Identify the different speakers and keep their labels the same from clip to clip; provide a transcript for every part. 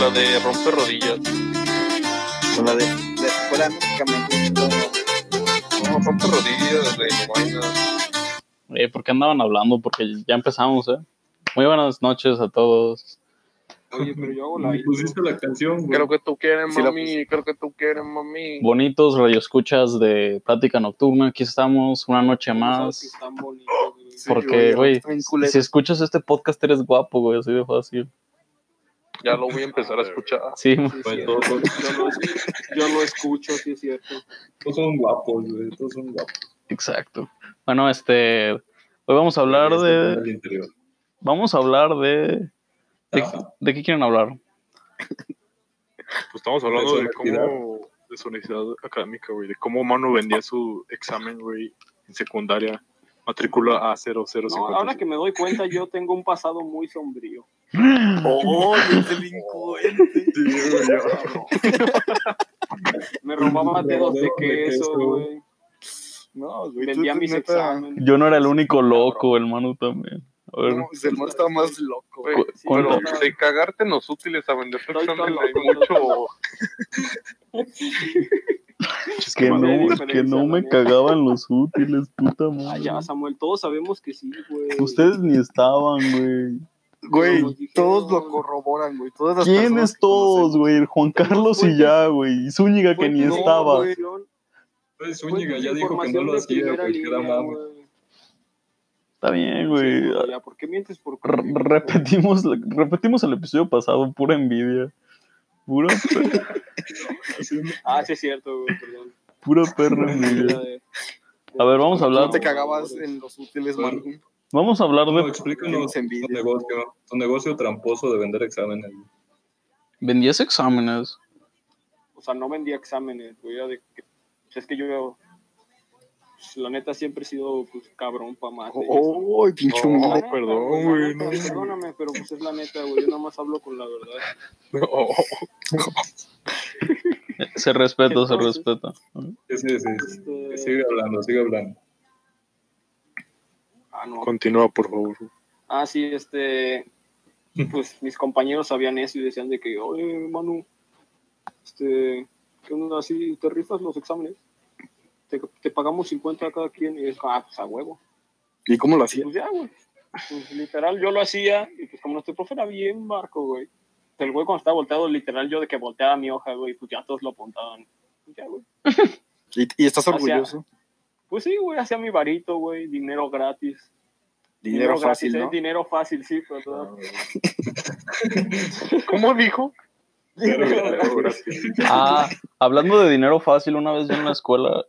Speaker 1: La de romper rodillas.
Speaker 2: Con la de, de escuela de música me gustó.
Speaker 1: No, romper rodillas, de Moana.
Speaker 3: Eh, ¿Por qué andaban hablando? Porque ya empezamos, ¿eh? Muy buenas noches a todos.
Speaker 4: Oye, pero yo hago la
Speaker 5: Me pusiste la canción, güey.
Speaker 1: Creo que tú quieres,
Speaker 2: Sí, la
Speaker 1: mami. Creo que tú quieres, mami.
Speaker 3: Bonitos radioescuchas de Plática Nocturna. Aquí estamos, una noche
Speaker 4: que
Speaker 3: más.
Speaker 4: están bonitos, güey.
Speaker 5: Sí,
Speaker 3: Porque, güey,
Speaker 2: está bien culero.
Speaker 3: si escuchas este podcast eres guapo, güey, así de fácil.
Speaker 1: Ya lo voy a empezar a escuchar.
Speaker 3: Sí, ¿eh?
Speaker 4: Sí, es
Speaker 5: Güey,
Speaker 4: cierto.
Speaker 5: Pues, todos, son,
Speaker 4: Pues Yo lo, yo lo escucho, sí es cierto.
Speaker 5: todos son guapos, güey. Todos son guapos.
Speaker 3: exacto. Bueno, este, hoy vamos a hablar de,
Speaker 5: Del interior.
Speaker 3: vamos a hablar de, de,
Speaker 5: Ajá.
Speaker 3: ¿de qué quieren hablar?
Speaker 6: Pues estamos hablando
Speaker 5: De
Speaker 6: de
Speaker 5: su
Speaker 6: cómo, de su universidad académica, güey, de cómo Manu vendía su examen, güey, en secundaria, matrícula A0050.
Speaker 4: No, ahora que me doy cuenta, yo tengo un pasado muy sombrío.
Speaker 6: ¡Oh, es delincuente! Sí, güey, ya.
Speaker 4: Me robaba
Speaker 5: No,
Speaker 4: dedos de
Speaker 5: dedos de
Speaker 4: queso,
Speaker 5: queso.
Speaker 4: güey.
Speaker 6: No, güey, tú-
Speaker 4: Vendía
Speaker 6: tú
Speaker 4: mis
Speaker 6: neta-
Speaker 4: exámenes.
Speaker 3: Yo no era el único loco, el Manu también. A ver,
Speaker 2: No, el Manu estaba más loco.
Speaker 1: Güey,
Speaker 3: Cu-
Speaker 4: sí,
Speaker 1: pero
Speaker 3: cuando-
Speaker 4: no,
Speaker 1: de cagarte en los útiles a vender tu
Speaker 4: Estoy
Speaker 1: examen
Speaker 4: todo
Speaker 1: hay
Speaker 4: loco.
Speaker 1: mucho.
Speaker 6: Es
Speaker 3: que
Speaker 6: que
Speaker 3: no,
Speaker 6: Manu-
Speaker 4: me diferencia,
Speaker 3: que no me
Speaker 4: Daniel.
Speaker 3: cagaban los útiles, puta
Speaker 4: Ah,
Speaker 3: madre.
Speaker 4: ya, Samuel, todos sabemos que sí, güey.
Speaker 3: Ustedes ni estaban, güey.
Speaker 4: Nos
Speaker 2: Güey,
Speaker 4: dijeron.
Speaker 2: todos lo corroboran, güey. Todas las personas
Speaker 3: ¿Quiénes
Speaker 2: que
Speaker 3: todos, güey? El Juan Carlos y ya, güey. Y Zúñiga que
Speaker 4: Fue
Speaker 3: ni
Speaker 4: tu
Speaker 3: estaba.
Speaker 4: información-
Speaker 5: Pues
Speaker 4: fue
Speaker 5: Zúñiga
Speaker 4: tu
Speaker 5: ya dijo que no
Speaker 4: información
Speaker 5: lo
Speaker 4: de
Speaker 5: hacía,
Speaker 4: primera
Speaker 5: güey. que era
Speaker 4: línea,
Speaker 5: mame.
Speaker 4: güey.
Speaker 3: Está bien, güey.
Speaker 4: Sí, ya, ¿Por qué mientes por
Speaker 3: R- Repetimos, repetimos el episodio pasado, pura envidia. Pura, pe-
Speaker 4: Ah, sí es cierto, güey, perdón. Este,
Speaker 3: pura perra envidia. A ver, vamos
Speaker 2: conocen.
Speaker 3: a hablar.
Speaker 2: No te cagabas en los útiles,
Speaker 5: Claro.
Speaker 2: Manu.
Speaker 3: Vamos a hablar
Speaker 5: No,
Speaker 3: de.
Speaker 5: explícanos
Speaker 2: Tienes
Speaker 5: tu
Speaker 2: envidia.
Speaker 5: negocio, tu negocio tramposo de vender exámenes. güey.
Speaker 3: Vendías exámenes.
Speaker 4: O sea, no vendía exámenes, güey. Era de que, pues, es que yo, pues, la neta, siempre he sido pues, cabrón pa' más.
Speaker 2: Oh, oh, pinche
Speaker 6: No,
Speaker 2: humor.
Speaker 6: perdón, güey, no.
Speaker 4: pues, Perdóname, pero pues es la neta, güey. Yo nada más hablo con la verdad.
Speaker 6: No.
Speaker 3: Eh, Se respeta, se
Speaker 4: Entonces-
Speaker 3: respeta.
Speaker 5: Sí, sí, sí, sí.
Speaker 4: Este,
Speaker 5: Sigue hablando, sigue hablando.
Speaker 4: Ah, no.
Speaker 6: Continúa, por favor.
Speaker 4: Ah, sí, este. Pues mis compañeros sabían eso y decían de que, oye, Manu, este, ¿qué onda? Así te rifas los exámenes. Te, te pagamos 50 a cada quien. Y es, ah, pues a huevo.
Speaker 2: ¿Y cómo lo hacía?
Speaker 4: Pues ya, güey. Pues, literal, yo lo hacía. Y pues como nuestro profe era bien barco, güey. El güey cuando estaba volteado, literal, yo de que volteaba mi hoja, güey, pues ya todos lo apuntaban. Pues ya, güey.
Speaker 2: ¿Y, y estás
Speaker 4: Hacía-
Speaker 2: orgulloso?
Speaker 4: Pues sí, güey, hacía mi varito, güey, dinero gratis.
Speaker 2: Dinero fácil, ¿no?
Speaker 4: gratis, ¿eh? Dinero fácil, sí, pues, pero todo.
Speaker 1: ¿Cómo dijo?
Speaker 5: Pero,
Speaker 6: Pero gracias.
Speaker 3: Ah, hablando de dinero fácil, una vez yo en la escuela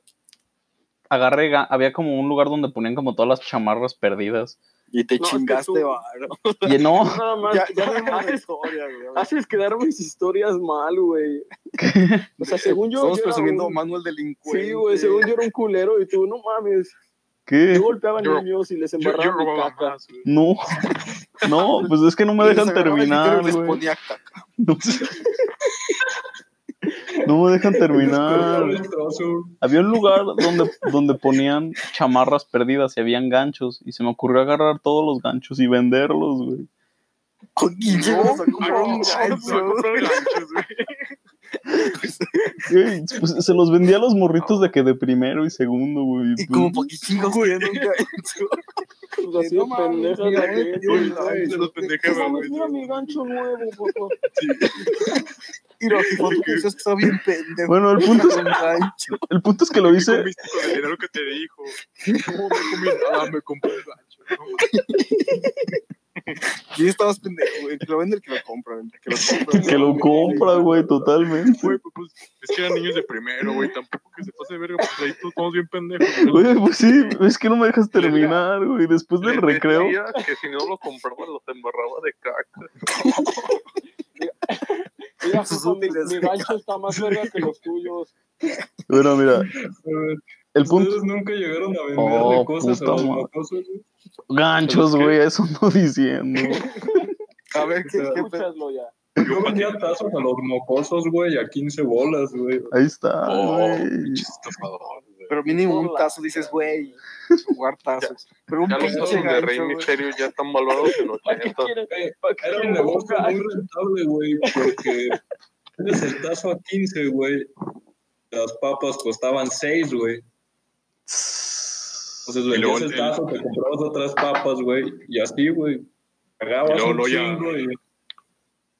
Speaker 3: agarré, ga- había como un lugar donde ponían como todas las chamarras perdidas.
Speaker 2: Y te
Speaker 4: No, es que
Speaker 2: chingaste,
Speaker 4: tú-
Speaker 2: varo.
Speaker 3: Y no,
Speaker 4: Nada más.
Speaker 2: Ya, ya tenemos la
Speaker 4: haces,
Speaker 2: historia, güey.
Speaker 4: haces quedar mis historias mal, güey. O sea, según yo.
Speaker 2: Estamos
Speaker 4: yo era
Speaker 2: presumiendo
Speaker 4: un-
Speaker 2: a Manuel delincuente.
Speaker 4: Sí, güey, según yo era un culero y tú, no mames.
Speaker 3: ¿qué?
Speaker 4: Yo golpeaba
Speaker 6: Yo-
Speaker 4: niños y les
Speaker 6: Yo, yo
Speaker 4: embarraba mi
Speaker 6: robaba
Speaker 4: caca.
Speaker 6: más, güey.
Speaker 3: No, no, pues es que no me
Speaker 2: Les
Speaker 3: dejan
Speaker 2: agarraba el
Speaker 3: terminar,
Speaker 2: dinero y les
Speaker 3: güey.
Speaker 2: ponía caca.
Speaker 3: No, no me dejan terminar. Había un lugar donde, donde ponían chamarras perdidas y habían ganchos. Y se me ocurrió agarrar todos los ganchos y venderlos, güey.
Speaker 2: Y llegamos a
Speaker 6: Ah,
Speaker 2: comprar
Speaker 6: no,
Speaker 2: un gancho,
Speaker 6: no,
Speaker 2: güey.
Speaker 6: no, ganchos, güey.
Speaker 3: Güey, pues, se los vendía a los morritos de que de primero y segundo, güey.
Speaker 2: Y
Speaker 3: Pues,
Speaker 2: como por qué chingados tenían un gancho.
Speaker 4: Pues así de
Speaker 2: No mames,
Speaker 4: pendeja
Speaker 2: mira,
Speaker 4: la
Speaker 2: güey,
Speaker 4: gente,
Speaker 2: güey,
Speaker 4: güey.
Speaker 2: güey,
Speaker 6: se los
Speaker 4: No
Speaker 6: pendejaba, güey.
Speaker 4: mames, Mira mi gancho nuevo, papá.
Speaker 2: Y los hijos de puta, está bien pendejo.
Speaker 3: Bueno, el punto, es,
Speaker 2: Un gancho.
Speaker 3: el punto es que lo hice.
Speaker 6: Comiste con el dinero que te dijo. ¿Cómo me comiste? Ah, me compré un gancho. No,
Speaker 2: ¿Quién estabas pendejo, güey? El que lo vende, el que lo compra, el que lo compra.
Speaker 3: Que lo compra, güey, totalmente.
Speaker 6: Güey, pues, pues, es que eran niños de primero, güey. Tampoco que se pase de verga, pues ahí todos estamos bien pendejos. güey.
Speaker 3: Güey, pues sí, es que no me dejas terminar, güey. Después del
Speaker 1: Les
Speaker 3: recreo.
Speaker 1: decía que si no lo compraba, los embarraba de caca.
Speaker 4: Mira,
Speaker 2: Sus
Speaker 4: papá, mi,
Speaker 2: útiles,
Speaker 4: mi
Speaker 2: güey.
Speaker 4: gancho está más verga que los tuyos.
Speaker 3: Bueno, mira, el punto.
Speaker 5: Ustedes nunca llegaron a venderle
Speaker 3: Oh,
Speaker 5: cosas a
Speaker 3: puta
Speaker 5: los
Speaker 3: madre.
Speaker 5: mocosos, güey.
Speaker 3: Ganchos, güey, eso no diciendo.
Speaker 2: A ver, ¿qué, qué pedo?
Speaker 4: Escúchalo ya.
Speaker 5: Yo vendía tazos a los mocosos, güey, a 15 bolas, güey.
Speaker 3: Ahí está,
Speaker 6: Oh,
Speaker 3: güey.
Speaker 6: pinche estafador, güey.
Speaker 2: Pero mínimo un
Speaker 4: Hola.
Speaker 2: tazo dices, güey, jugar tazos. Pero un
Speaker 6: Ya los
Speaker 2: pinche
Speaker 6: tazos de
Speaker 2: gancho,
Speaker 6: Rey
Speaker 2: güey.
Speaker 6: Misterio ya están valorados en
Speaker 4: ¿Para qué
Speaker 6: 80.
Speaker 4: quieren?
Speaker 5: Eh,
Speaker 4: ¿Para qué
Speaker 5: Era un
Speaker 4: quieren
Speaker 5: negocio
Speaker 4: jugar?
Speaker 5: muy rentable, güey, porque tienes el tazo a 15, güey. Las papas costaban 6, güey. Entonces
Speaker 6: Y luego
Speaker 5: vendías
Speaker 6: el-
Speaker 5: el tazo, te comprabas otras papas, güey, y así, güey.
Speaker 6: Y
Speaker 5: Pagabas
Speaker 6: luego
Speaker 5: un
Speaker 6: lo ya-
Speaker 5: chingo y...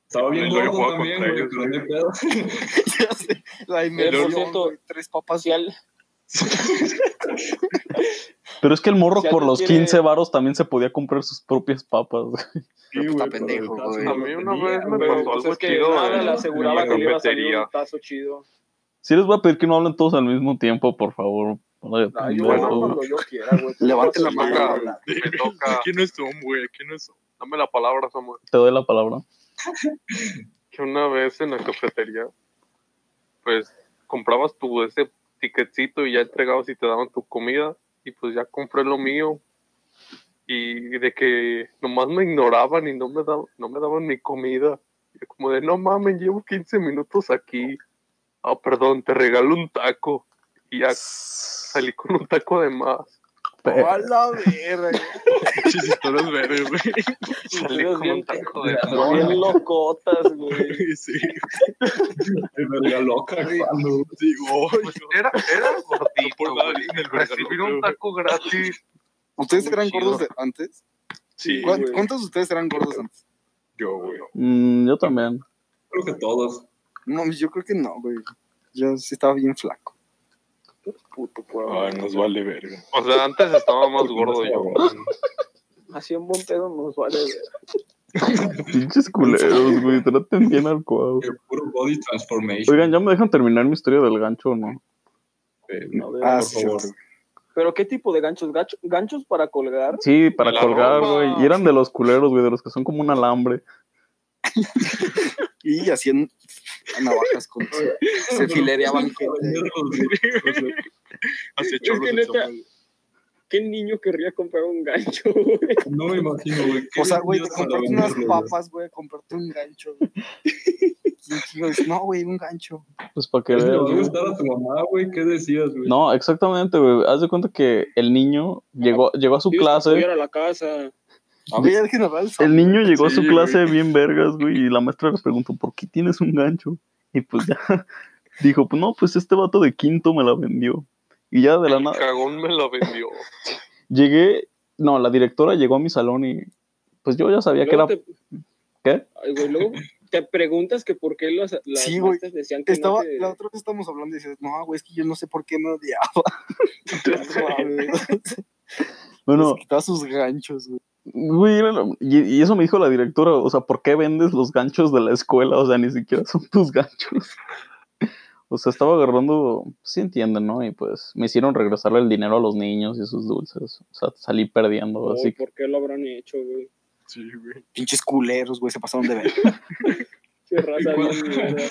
Speaker 5: Estaba bien
Speaker 6: Y luego
Speaker 5: gordo
Speaker 6: jugaba
Speaker 5: también,
Speaker 6: contra
Speaker 5: güey,
Speaker 6: ellos,
Speaker 5: pero no hay pedo.
Speaker 2: Ya sé, La
Speaker 4: por
Speaker 2: inmersión,
Speaker 4: cierto-
Speaker 2: güey, tres papas.
Speaker 4: Si al-
Speaker 3: Pero es que el morro
Speaker 4: Si
Speaker 3: por
Speaker 4: alguien
Speaker 3: los
Speaker 4: quiere-
Speaker 3: 15 varos también se podía comprar sus propias papas. güey.
Speaker 6: Pues
Speaker 5: Sí,
Speaker 2: Pero
Speaker 5: güey,
Speaker 2: está
Speaker 5: pero
Speaker 2: pendejo,
Speaker 5: el tazo
Speaker 2: güey.
Speaker 5: no
Speaker 6: A mí una
Speaker 5: tenía,
Speaker 6: vez me
Speaker 5: güey.
Speaker 6: pasó
Speaker 4: Pues
Speaker 6: algo
Speaker 4: es que
Speaker 6: chido
Speaker 2: ¿eh?
Speaker 4: nada
Speaker 6: en-
Speaker 4: le aseguraba
Speaker 6: en
Speaker 4: que
Speaker 6: la
Speaker 4: le iba a salir
Speaker 6: cafetería.
Speaker 4: un tazo chido.
Speaker 3: Si les voy a pedir que no hablen todos al mismo tiempo, por favor. Para de
Speaker 4: Ay, yo
Speaker 6: Bueno,
Speaker 3: pendejos.
Speaker 4: hablo cuando yo quiera, güey.
Speaker 2: Levante la
Speaker 6: Sí,
Speaker 2: mano.
Speaker 6: acá.
Speaker 2: güey.
Speaker 6: Me toca. ¿Quién es Tom, güey? ¿Quién es Tom? Dame la palabra, Samuel.
Speaker 3: Te doy la palabra.
Speaker 6: Que una vez en la cafetería, pues comprabas tu ese tiquetcito y ya entregabas y te daban tu comida. Y pues ya compré lo mío. Y de que nomás me ignoraban y no me daban, no me daban mi comida. Y como de, no mames, llevo 15 minutos aquí. Ah, perdón, te regalo un taco. Y ya salí con un taco de más.
Speaker 3: Pe-
Speaker 2: A la verga, güey.
Speaker 6: Pinches historias verdes, güey. Salí
Speaker 4: Ustedes
Speaker 6: con un
Speaker 4: bien-
Speaker 6: taco de
Speaker 4: Bien locotas, güey.
Speaker 6: Sí,
Speaker 5: Verga loca, güey.
Speaker 6: Pues, era, era gordito, güey.
Speaker 5: en el
Speaker 6: Recibir un taco gratis.
Speaker 2: ¿Ustedes
Speaker 6: Muy
Speaker 2: eran
Speaker 6: chido.
Speaker 2: gordos de- antes?
Speaker 6: Sí,
Speaker 2: ¿Cuán-
Speaker 4: güey.
Speaker 2: ¿Cuántos de ustedes eran gordos antes?
Speaker 6: yo, güey.
Speaker 3: Mm, yo también.
Speaker 5: Creo que todos.
Speaker 2: No, yo creo que no, güey. Yo sí estaba bien flaco.
Speaker 4: Puto, pueblo.
Speaker 5: nos vale verga.
Speaker 6: O sea, antes estaba más gordo yo.
Speaker 4: Así en buen pedo nos vale, güey.
Speaker 3: Pinches culeros, güey. Traten bien al cuadro.
Speaker 5: Que puro body transformation.
Speaker 3: Oigan, ¿ya me dejan terminar mi historia del gancho o no?
Speaker 5: güey.
Speaker 4: A ver,
Speaker 2: Ah,
Speaker 5: por
Speaker 2: sí,
Speaker 5: favor.
Speaker 2: sí.
Speaker 4: Pero qué tipo de ganchos, Gacho- ganchos para colgar.
Speaker 3: Sí, para
Speaker 6: La
Speaker 3: colgar,
Speaker 6: ropa.
Speaker 3: güey. Y eran de los culeros, güey, de los que son como un alambre.
Speaker 2: Y hacían navajas con... Se filereaban gente.
Speaker 6: Hace
Speaker 4: Es
Speaker 6: chorros
Speaker 4: que
Speaker 6: de
Speaker 4: neta,
Speaker 6: Samuel.
Speaker 4: ¿qué niño querría comprar un gancho, güey?
Speaker 5: No me imagino, güey.
Speaker 2: O sea, güey, te
Speaker 5: Dios
Speaker 2: compraste
Speaker 5: para
Speaker 2: unas
Speaker 5: venderlo,
Speaker 2: papas, güey, comprarte un gancho. güey. Y yo, No, güey, un gancho.
Speaker 3: Pues para que
Speaker 5: güey. ¿Le
Speaker 3: veas,
Speaker 5: va a
Speaker 3: güey.
Speaker 5: gustar a tu mamá, güey? ¿Qué decías, güey?
Speaker 3: No, exactamente, güey. Haz de cuenta que el niño llegó, llegó a su
Speaker 4: Tienes que apoyar
Speaker 3: clase.
Speaker 4: a la casa.
Speaker 2: A ver, déjenme hablar del
Speaker 3: El niño llegó a su
Speaker 6: Sí,
Speaker 3: clase bien vergas, güey. Y la maestra le preguntó, ¿por qué tienes un gancho? Y pues ya dijo, pues no, pues este vato de quinto me la vendió. Y ya de la
Speaker 6: El
Speaker 3: nada.
Speaker 6: cagón me la vendió.
Speaker 3: Llegué, no, la directora llegó a mi salón y pues yo ya sabía que era
Speaker 4: Luego te-
Speaker 3: ¿Qué?
Speaker 4: Ay, güey, luego te preguntas que por qué las, las
Speaker 2: Sí, güey.
Speaker 4: maestras decían que
Speaker 2: Estaba,
Speaker 4: no te-
Speaker 2: la otra vez estamos hablando y dices, no, güey, es que yo no sé por qué me odiaba.
Speaker 3: Bueno,
Speaker 2: Les quitaba sus ganchos, güey.
Speaker 3: güey, era lo- y, y eso me dijo la directora, o sea, ¿por qué vendes los ganchos de la escuela? O sea, ni siquiera son tus ganchos. O sea, estaba agarrando, sí entienden, ¿no? Y pues me hicieron regresarle el dinero a los niños y sus dulces. O sea, salí perdiendo,
Speaker 4: Ay,
Speaker 3: así que
Speaker 4: ¿Por qué lo habrán hecho, güey?
Speaker 6: Sí, güey.
Speaker 2: Pinches culeros, güey, se pasaron de ver.
Speaker 4: Qué raza bien mierda.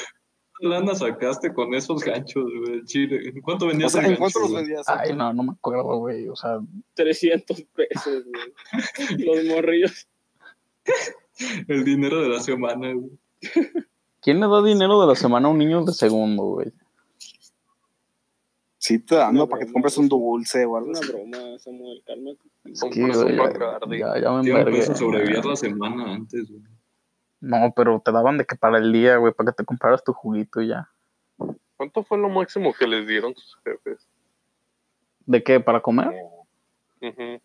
Speaker 5: ¿Cuánta lana sacaste con esos ganchos, güey? Chile. ¿En cuánto
Speaker 2: O
Speaker 5: vendías
Speaker 2: sea,
Speaker 5: el
Speaker 2: ¿en cuánto
Speaker 5: gancho,
Speaker 2: los
Speaker 5: güey?
Speaker 2: vendías?
Speaker 3: Ay, no, no me acuerdo, güey. O sea,
Speaker 4: 300 pesos, güey. Los morrillos.
Speaker 5: El dinero de la semana, güey.
Speaker 3: ¿quién le da dinero de la semana a un niño de segundo, güey?
Speaker 2: Sí, te dan,
Speaker 4: No,
Speaker 2: ¿no? Para que te
Speaker 4: güey,
Speaker 2: compres
Speaker 4: no.
Speaker 2: un dulce o algo
Speaker 4: Una
Speaker 2: así.
Speaker 4: broma, Samuel, cálmate.
Speaker 3: Es
Speaker 6: Son
Speaker 3: que,
Speaker 6: por eso
Speaker 3: güey,
Speaker 6: Bacardi.
Speaker 3: ya, ya me
Speaker 5: 100
Speaker 3: envergué.
Speaker 5: pesos sobrevivías la semana antes, güey.
Speaker 3: No, pero te daban de que para el día, güey, para que te compraras tu juguito y ya.
Speaker 6: ¿Cuánto fue lo máximo que les dieron sus jefes?
Speaker 3: ¿De qué? ¿Para comer?
Speaker 6: Ujú.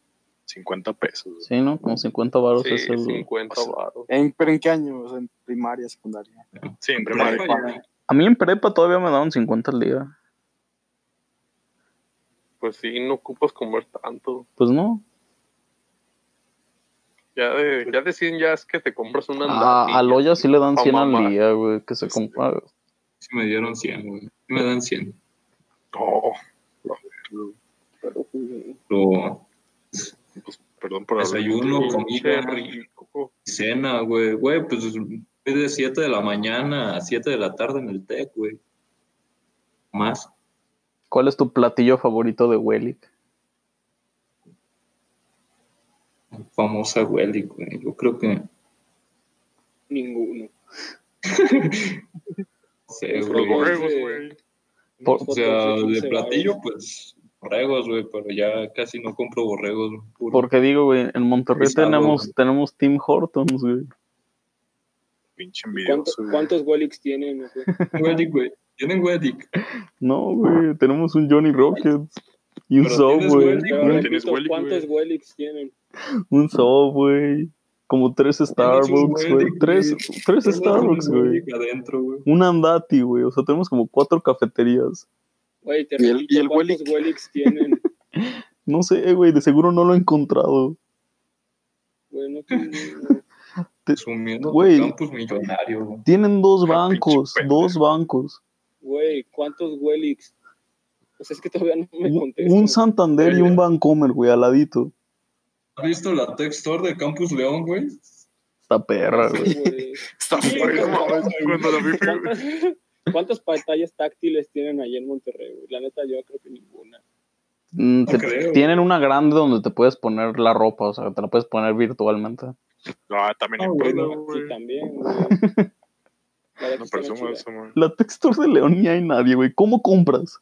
Speaker 6: 50 pesos.
Speaker 3: Sí, ¿no? Como 50 baros
Speaker 6: Sí,
Speaker 3: es el...
Speaker 6: 50 baros.
Speaker 2: ¿En, ¿Pero en qué año? O sea, en primaria, secundaria.
Speaker 6: Siempre,
Speaker 5: Prepa,
Speaker 6: madre.
Speaker 5: ya.
Speaker 3: A mí en prepa todavía me daban 50 al día.
Speaker 6: Pues sí, no ocupas comer tanto.
Speaker 3: Pues no.
Speaker 6: Ya de, ya de 100 ya es que te compras una
Speaker 3: Ah, A, a Loya sí le dan
Speaker 6: Pa'
Speaker 3: 100 al
Speaker 6: mamar.
Speaker 3: día, güey. Que se compra...
Speaker 5: Sí me dieron 100, güey. Sí me dan 100.
Speaker 6: No,
Speaker 4: Pero, pues, güey,
Speaker 5: Pero
Speaker 6: perdón por hablar.
Speaker 5: Desayuno,
Speaker 6: Pinche
Speaker 5: comida.
Speaker 6: rico.
Speaker 5: cena, güey. Güey, pues fui de 7 de la mañana a 7 de la tarde en el TEC, güey. Más.
Speaker 3: ¿Cuál es tu platillo favorito de Wellick?
Speaker 5: Famosa Welly, güey. Yo creo que... No
Speaker 4: Ninguno.
Speaker 5: sé,
Speaker 4: Los
Speaker 6: Los
Speaker 5: güey.
Speaker 6: borregos,
Speaker 4: Sí.
Speaker 6: güey.
Speaker 3: Por-
Speaker 5: O sea,
Speaker 4: Nosotros, sí,
Speaker 5: de
Speaker 4: se va,
Speaker 5: platillo, pues borregos, güey, pero ya casi no compro borregos. güey, puro.
Speaker 3: Porque digo, güey, en Monterrey
Speaker 5: Pisado,
Speaker 3: tenemos,
Speaker 5: güey.
Speaker 3: tenemos Tim Hortons, güey.
Speaker 1: Pinche
Speaker 4: ¿Cuánto-
Speaker 1: envidioso, güey.
Speaker 4: ¿Cuántos Wellix tienen? o qué?
Speaker 5: Weddick, güey. Tienen Weddick.
Speaker 3: No, güey, tenemos un Johnny Rockets. Y un
Speaker 5: Pero
Speaker 3: Subway,
Speaker 5: tienes
Speaker 3: güey.
Speaker 5: Wendy's,
Speaker 4: Pero
Speaker 5: güey.
Speaker 1: tienes
Speaker 4: repito,
Speaker 1: Wellix,
Speaker 4: ¿Cuántos Wellix tienen?
Speaker 3: Un Subway. Como tres Starbucks, güey.
Speaker 5: Wendy's,
Speaker 3: Tres,
Speaker 5: güey.
Speaker 3: tres
Speaker 5: Tienes
Speaker 3: Pues Starbucks,
Speaker 5: un
Speaker 3: güey.
Speaker 5: Weddick Adentro, güey.
Speaker 3: Un Andati, güey. O sea, tenemos como cuatro cafeterías.
Speaker 4: Güey, te
Speaker 1: ¿Y el-
Speaker 4: repito,
Speaker 1: y el
Speaker 4: ¿cuántos Wellix tienen?
Speaker 3: No sé, güey, de seguro no lo he encontrado.
Speaker 4: Güey, no tienen-
Speaker 5: Sumiendo
Speaker 3: Güey.
Speaker 5: campus millonario, güey.
Speaker 3: Tienen dos
Speaker 1: Ah,
Speaker 3: bancos,
Speaker 1: pinche pendejo.
Speaker 3: dos bancos.
Speaker 4: Güey, ¿cuántos Wellix? Pues es que todavía no me
Speaker 3: Un,
Speaker 4: contestan.
Speaker 3: un Santander y un Bancomer, güey, aladito.
Speaker 5: ¿Has visto la tech store de Campus León, güey?
Speaker 3: Esta perra, güey.
Speaker 4: Sí, güey.
Speaker 1: Está
Speaker 4: Sí,
Speaker 1: fuera,
Speaker 4: no,
Speaker 1: mames, Cuando la vi, fui-
Speaker 4: ¿Cuántas, cuántas pantallas táctiles tienen allá en Monterrey, güey? La neta, yo creo que ninguna.
Speaker 3: Mm, te-
Speaker 5: creo.
Speaker 3: tienen una grande donde te puedes poner la ropa, o sea, te la puedes poner virtualmente.
Speaker 1: Ah, también
Speaker 5: Ah,
Speaker 1: en
Speaker 5: güey,
Speaker 1: Puebla,
Speaker 5: no,
Speaker 1: güey.
Speaker 4: Sí, también, güey. La verdad
Speaker 1: No
Speaker 4: que está
Speaker 1: presumo
Speaker 4: chida.
Speaker 1: eso, güey.
Speaker 3: La textura de León ni hay nadie, güey. ¿Cómo compras?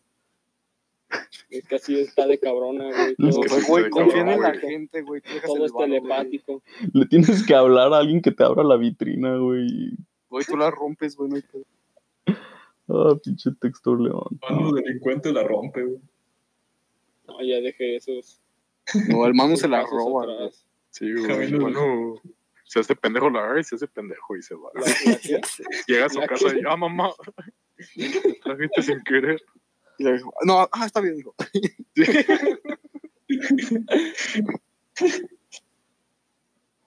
Speaker 4: Es que así está de cabrona, güey.
Speaker 3: Es
Speaker 4: Todo,
Speaker 1: que sí está
Speaker 2: Güey,
Speaker 1: de cabrón,
Speaker 4: todo-
Speaker 2: confía en la
Speaker 1: güey.
Speaker 2: gente, güey. tú dejas
Speaker 4: todo
Speaker 2: el
Speaker 4: es
Speaker 2: varo, güey.
Speaker 4: telepático.
Speaker 3: Le tienes que hablar a alguien que te abra la vitrina, güey.
Speaker 2: Güey, tú la rompes, güey. no hay pedo.
Speaker 3: Ah, pinche textor León.
Speaker 5: Mano delincuente la rompe, güey.
Speaker 4: No, ya dejé esos.
Speaker 2: No, el mano se la
Speaker 4: pasos
Speaker 2: roba, güey.
Speaker 4: atrás.
Speaker 1: Sí, güey.
Speaker 5: Camino de-
Speaker 1: Bueno, se hace pendejo la agarra y se hace pendejo y se va.
Speaker 4: La- la que-
Speaker 1: Llega a su
Speaker 4: la
Speaker 1: casa
Speaker 4: que-
Speaker 1: y, ah, mamá, me trajiste sin querer.
Speaker 2: Y le dijo, No, ah, está bien, hijo.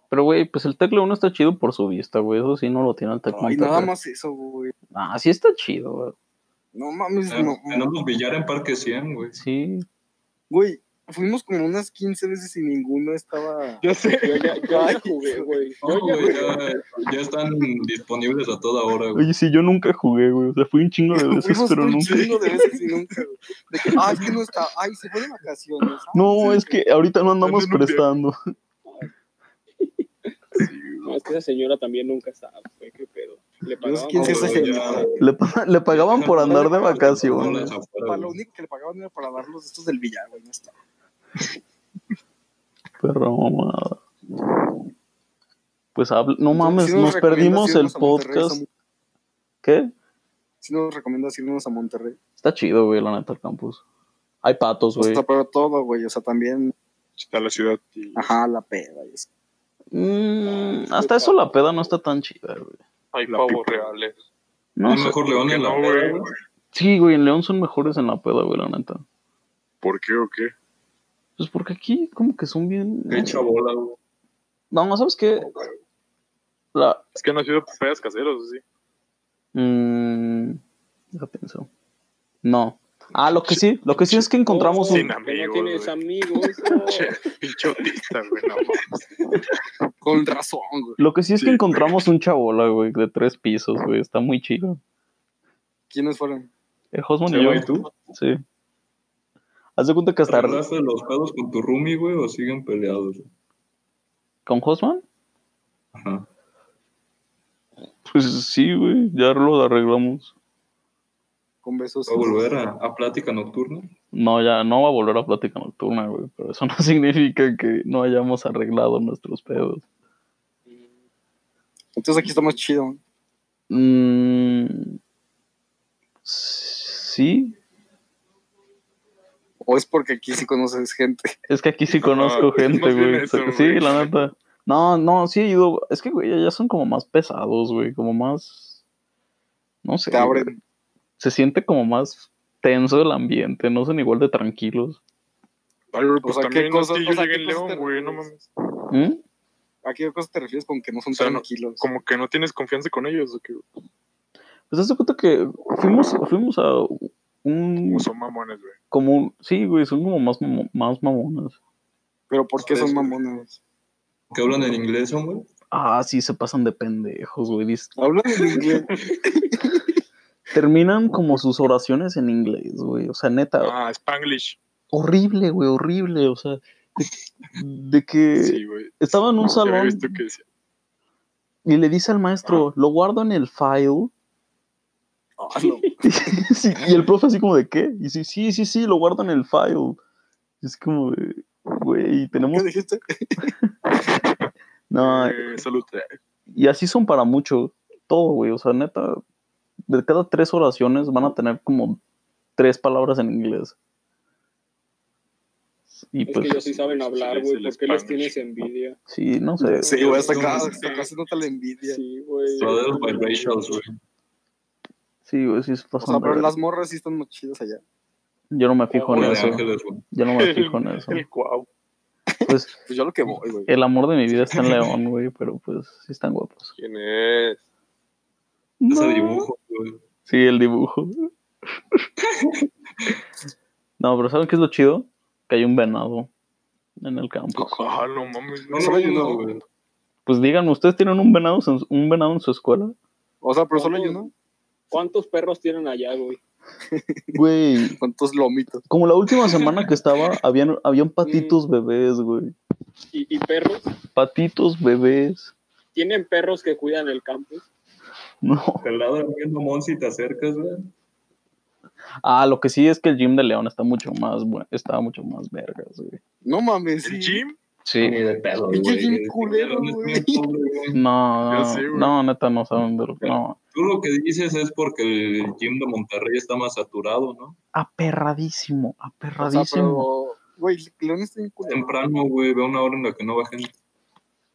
Speaker 3: Pero, güey, pues el Tec León está chido por su vista, güey. Eso sí no lo tiene el Tec
Speaker 2: Y
Speaker 3: Monterrey.
Speaker 2: nada más eso, güey.
Speaker 3: Ah, sí está chido, güey.
Speaker 2: No mames, no.
Speaker 5: Tenemos billar Ah, en Parque 100, güey.
Speaker 3: Sí.
Speaker 2: Güey, fuimos como unas 15 veces y ninguno estaba.
Speaker 1: Ya sé.
Speaker 4: Yo ya, yo ya jugué, güey.
Speaker 5: No,
Speaker 4: Yo ya
Speaker 5: güey, ya, ya están disponibles a toda hora, güey.
Speaker 3: Oye, sí, yo nunca jugué, güey. O sea, fui un chingo de veces,
Speaker 2: Fuimos
Speaker 3: pero
Speaker 2: un
Speaker 3: nunca.
Speaker 2: chingo de veces y nunca, güey. De que, ah, es que no está. Ay, se fue de vacaciones. ah,
Speaker 3: No,
Speaker 2: sí,
Speaker 3: es que ahorita no andamos
Speaker 1: Ando en un viaje.
Speaker 3: prestando.
Speaker 4: No, es que esa señora también nunca sabe, güey, qué pedo. Le
Speaker 2: Pues,
Speaker 4: pagaban
Speaker 2: ¿quién se
Speaker 4: por-
Speaker 2: hace
Speaker 5: güey,
Speaker 2: señora?
Speaker 5: ya-
Speaker 3: Le, pa- le pagaban por andar de vacaciones.
Speaker 5: No,
Speaker 2: Para lo
Speaker 5: güey.
Speaker 2: único que le pagaban era para darlos estos del billar, güey. No está.
Speaker 3: Perro mamada. Pues habla- no
Speaker 2: Entonces,
Speaker 3: mames,
Speaker 2: sí
Speaker 3: nos
Speaker 2: recomiendas
Speaker 3: perdimos el
Speaker 2: irnos a Monterrey,
Speaker 3: podcast.
Speaker 2: Samu-
Speaker 3: ¿Qué?
Speaker 2: Sí nos recomiendas irnos a Monterrey.
Speaker 3: Está chido, güey, la neta, el campus. Hay patos,
Speaker 2: O
Speaker 3: güey.
Speaker 2: sea, pero Pues todo, güey. O sea, también,
Speaker 1: Está la ciudad. y-
Speaker 2: ajá, la peda y eso.
Speaker 3: Mm, hasta eso la peda no está tan chida, güey.
Speaker 6: Hay
Speaker 1: La
Speaker 6: pavos
Speaker 1: pipa.
Speaker 6: reales.
Speaker 3: No
Speaker 5: Es
Speaker 3: sé.
Speaker 5: mejor León en la
Speaker 1: No,
Speaker 5: peda,
Speaker 1: güey.
Speaker 5: güey.
Speaker 3: Sí, güey, en León son mejores en la peda, güey, la neta.
Speaker 1: ¿Por qué o qué?
Speaker 3: Pues porque aquí como que son bien...
Speaker 5: Qué chabola, güey.
Speaker 3: No, no, ¿sabes qué? La...
Speaker 1: Es que no ha sido pedas caseros, sí.
Speaker 3: Mm, ya pienso. No. Ah, lo que sí, lo que sí es que encontramos
Speaker 1: Sin
Speaker 3: un...
Speaker 4: Que
Speaker 1: amigos,
Speaker 4: No tienes
Speaker 1: güey.
Speaker 4: amigos.
Speaker 1: Che, pinche autista, güey, no mames.
Speaker 2: Con razón, güey.
Speaker 3: Lo que sí es que
Speaker 1: Sí.
Speaker 3: encontramos un chabola, güey, de tres pisos, güey. Está muy chido.
Speaker 2: ¿Quiénes fueron?
Speaker 3: El Hosman
Speaker 5: Sí,
Speaker 3: y yo.
Speaker 5: güey, ¿tú?
Speaker 3: Sí. Haz de cuenta que hasta...
Speaker 5: ¿Estás de los pedos con tu roomie, güey, o siguen peleados? güey?
Speaker 3: ¿Con Hosman?
Speaker 5: Ajá.
Speaker 3: Pues sí, güey. Ya lo arreglamos.
Speaker 2: Con besos.
Speaker 5: ¿Va a volver a, a plática nocturna?
Speaker 3: No, ya no va a volver a plática nocturna, güey. Pero eso no significa que no hayamos arreglado nuestros pedos.
Speaker 2: Entonces aquí estamos chido.
Speaker 3: Mm, sí.
Speaker 2: O es porque aquí sí conoces gente.
Speaker 3: Es que aquí sí conozco
Speaker 1: No, pues,
Speaker 3: gente,
Speaker 1: más bien
Speaker 3: güey.
Speaker 1: eso,
Speaker 3: sí,
Speaker 1: güey.
Speaker 3: la neta. No, no, sí he ido. Es que, güey, ya son como más pesados, güey. Como más. No sé.
Speaker 2: Te
Speaker 3: güey.
Speaker 2: abren.
Speaker 3: Se siente como más tenso el ambiente. No son igual de tranquilos.
Speaker 1: Ay, güey,
Speaker 2: O
Speaker 1: pues
Speaker 2: sea, ¿qué
Speaker 1: también no es
Speaker 2: cosas-
Speaker 1: que
Speaker 2: o
Speaker 1: yo
Speaker 2: sea,
Speaker 1: llegué
Speaker 2: ¿qué
Speaker 1: en
Speaker 2: cosas te
Speaker 1: León, güey, no
Speaker 2: refieres?
Speaker 1: mames.
Speaker 3: ¿Mm?
Speaker 2: ¿A qué cosas te refieres con que no son
Speaker 1: O sea, no,
Speaker 2: tranquilos?
Speaker 1: Como que no tienes confianza con ellos, o que
Speaker 2: Mm.
Speaker 3: Pues hazte cuenta que fuimos, fuimos a un.
Speaker 1: como Pues son mamones, güey.
Speaker 3: Como un- Sí, güey, son como más, mamo- más mamonas.
Speaker 2: Pero ¿por qué son
Speaker 5: Sí.
Speaker 2: mamones?
Speaker 5: ¿Que hablan en inglés, güey?
Speaker 3: Ah, sí, se pasan de pendejos, güey. Dice-
Speaker 2: Hablan en inglés.
Speaker 3: Terminan como sus oraciones en inglés, güey. O sea, neta,
Speaker 1: Ah, Spanglish.
Speaker 3: horrible, güey, horrible. O sea, de, de
Speaker 2: Eh,
Speaker 3: que
Speaker 1: Sí, güey.
Speaker 3: estaba en un
Speaker 1: Ya había
Speaker 3: salón
Speaker 1: visto que decía.
Speaker 3: y le dice al maestro, lo guardo en el file.
Speaker 2: Ah, no.
Speaker 3: Sí, y el profe así como de qué? Y sí, sí, sí, sí, lo guardo en el file. Es como, de, güey, tenemos.
Speaker 2: ¿Qué dijiste?
Speaker 3: No,
Speaker 2: Eh, salud.
Speaker 3: y así son para mucho. Todo, güey. O sea, neta, de cada tres oraciones van a tener como tres palabras en inglés. Y
Speaker 4: Es
Speaker 3: pues,
Speaker 4: que ellos sí saben hablar,
Speaker 6: les-
Speaker 4: güey.
Speaker 6: se
Speaker 4: ¿Por
Speaker 6: les
Speaker 4: qué les
Speaker 6: paga.
Speaker 4: tienes envidia?
Speaker 3: sí, no sé.
Speaker 2: Sí, güey, hasta acá,
Speaker 5: Sí.
Speaker 2: hasta acá se nota la envidia.
Speaker 4: Sí, güey.
Speaker 5: Brothers biracials, güey.
Speaker 3: Sí, güey, sí es
Speaker 2: O sea,
Speaker 3: bastante.
Speaker 2: pero las morras sí están muy chidas allá.
Speaker 3: Yo no me fijo en
Speaker 5: Una de
Speaker 3: eso.
Speaker 5: ángeles, güey.
Speaker 3: Yo no me fijo en eso.
Speaker 6: El guau.
Speaker 3: Pues
Speaker 2: Pues yo lo que voy, güey.
Speaker 3: el amor de mi vida está en León, güey, pero pues sí están guapos.
Speaker 6: ¿Quién es?
Speaker 5: Ese dibujo, güey.
Speaker 3: Sí, el dibujo. No, pero ¿saben qué es lo chido? Que hay un venado en el campo.
Speaker 6: Ah, no mames.
Speaker 5: No,
Speaker 6: No,
Speaker 5: no,
Speaker 2: Solo hay
Speaker 5: no,
Speaker 2: uno,
Speaker 5: güey.
Speaker 3: Pues díganme, ¿ustedes tienen un venado, en su- un venado en su escuela?
Speaker 2: O sea, pero solo hay uno.
Speaker 4: ¿Cuántos perros tienen allá, güey?
Speaker 3: Güey,
Speaker 2: ¿Cuántos lomitos?
Speaker 3: como la última semana que estaba, habían, habían patitos bebés, güey.
Speaker 4: ¿Y, y perros?
Speaker 3: Patitos bebés.
Speaker 4: ¿Tienen perros que cuidan el campus?
Speaker 3: No.
Speaker 5: Te ladran bien mamón si te acercas, güey.
Speaker 3: Ah, lo que sí es que el gym de León está mucho más, bueno, está mucho más vergas, güey.
Speaker 2: No mames,
Speaker 6: ¿El
Speaker 2: sí.
Speaker 6: gym?
Speaker 3: Sí.
Speaker 5: Ni de pedo,
Speaker 2: Pinche
Speaker 5: güey.
Speaker 2: gym
Speaker 5: El
Speaker 2: culero,
Speaker 5: gym
Speaker 2: güey.
Speaker 5: Este, es bien pobre, güey.
Speaker 3: No,
Speaker 6: Ya sé, güey.
Speaker 3: no, neta, no saben de lo que. No.
Speaker 5: Tú lo que dices es porque el gym de Monterrey está más saturado, ¿no?
Speaker 3: Aperradísimo,
Speaker 2: O sea,
Speaker 3: aperradísimo.
Speaker 2: pero, güey, León está en culero.
Speaker 5: Temprano, güey, veo una hora en la que no va gente.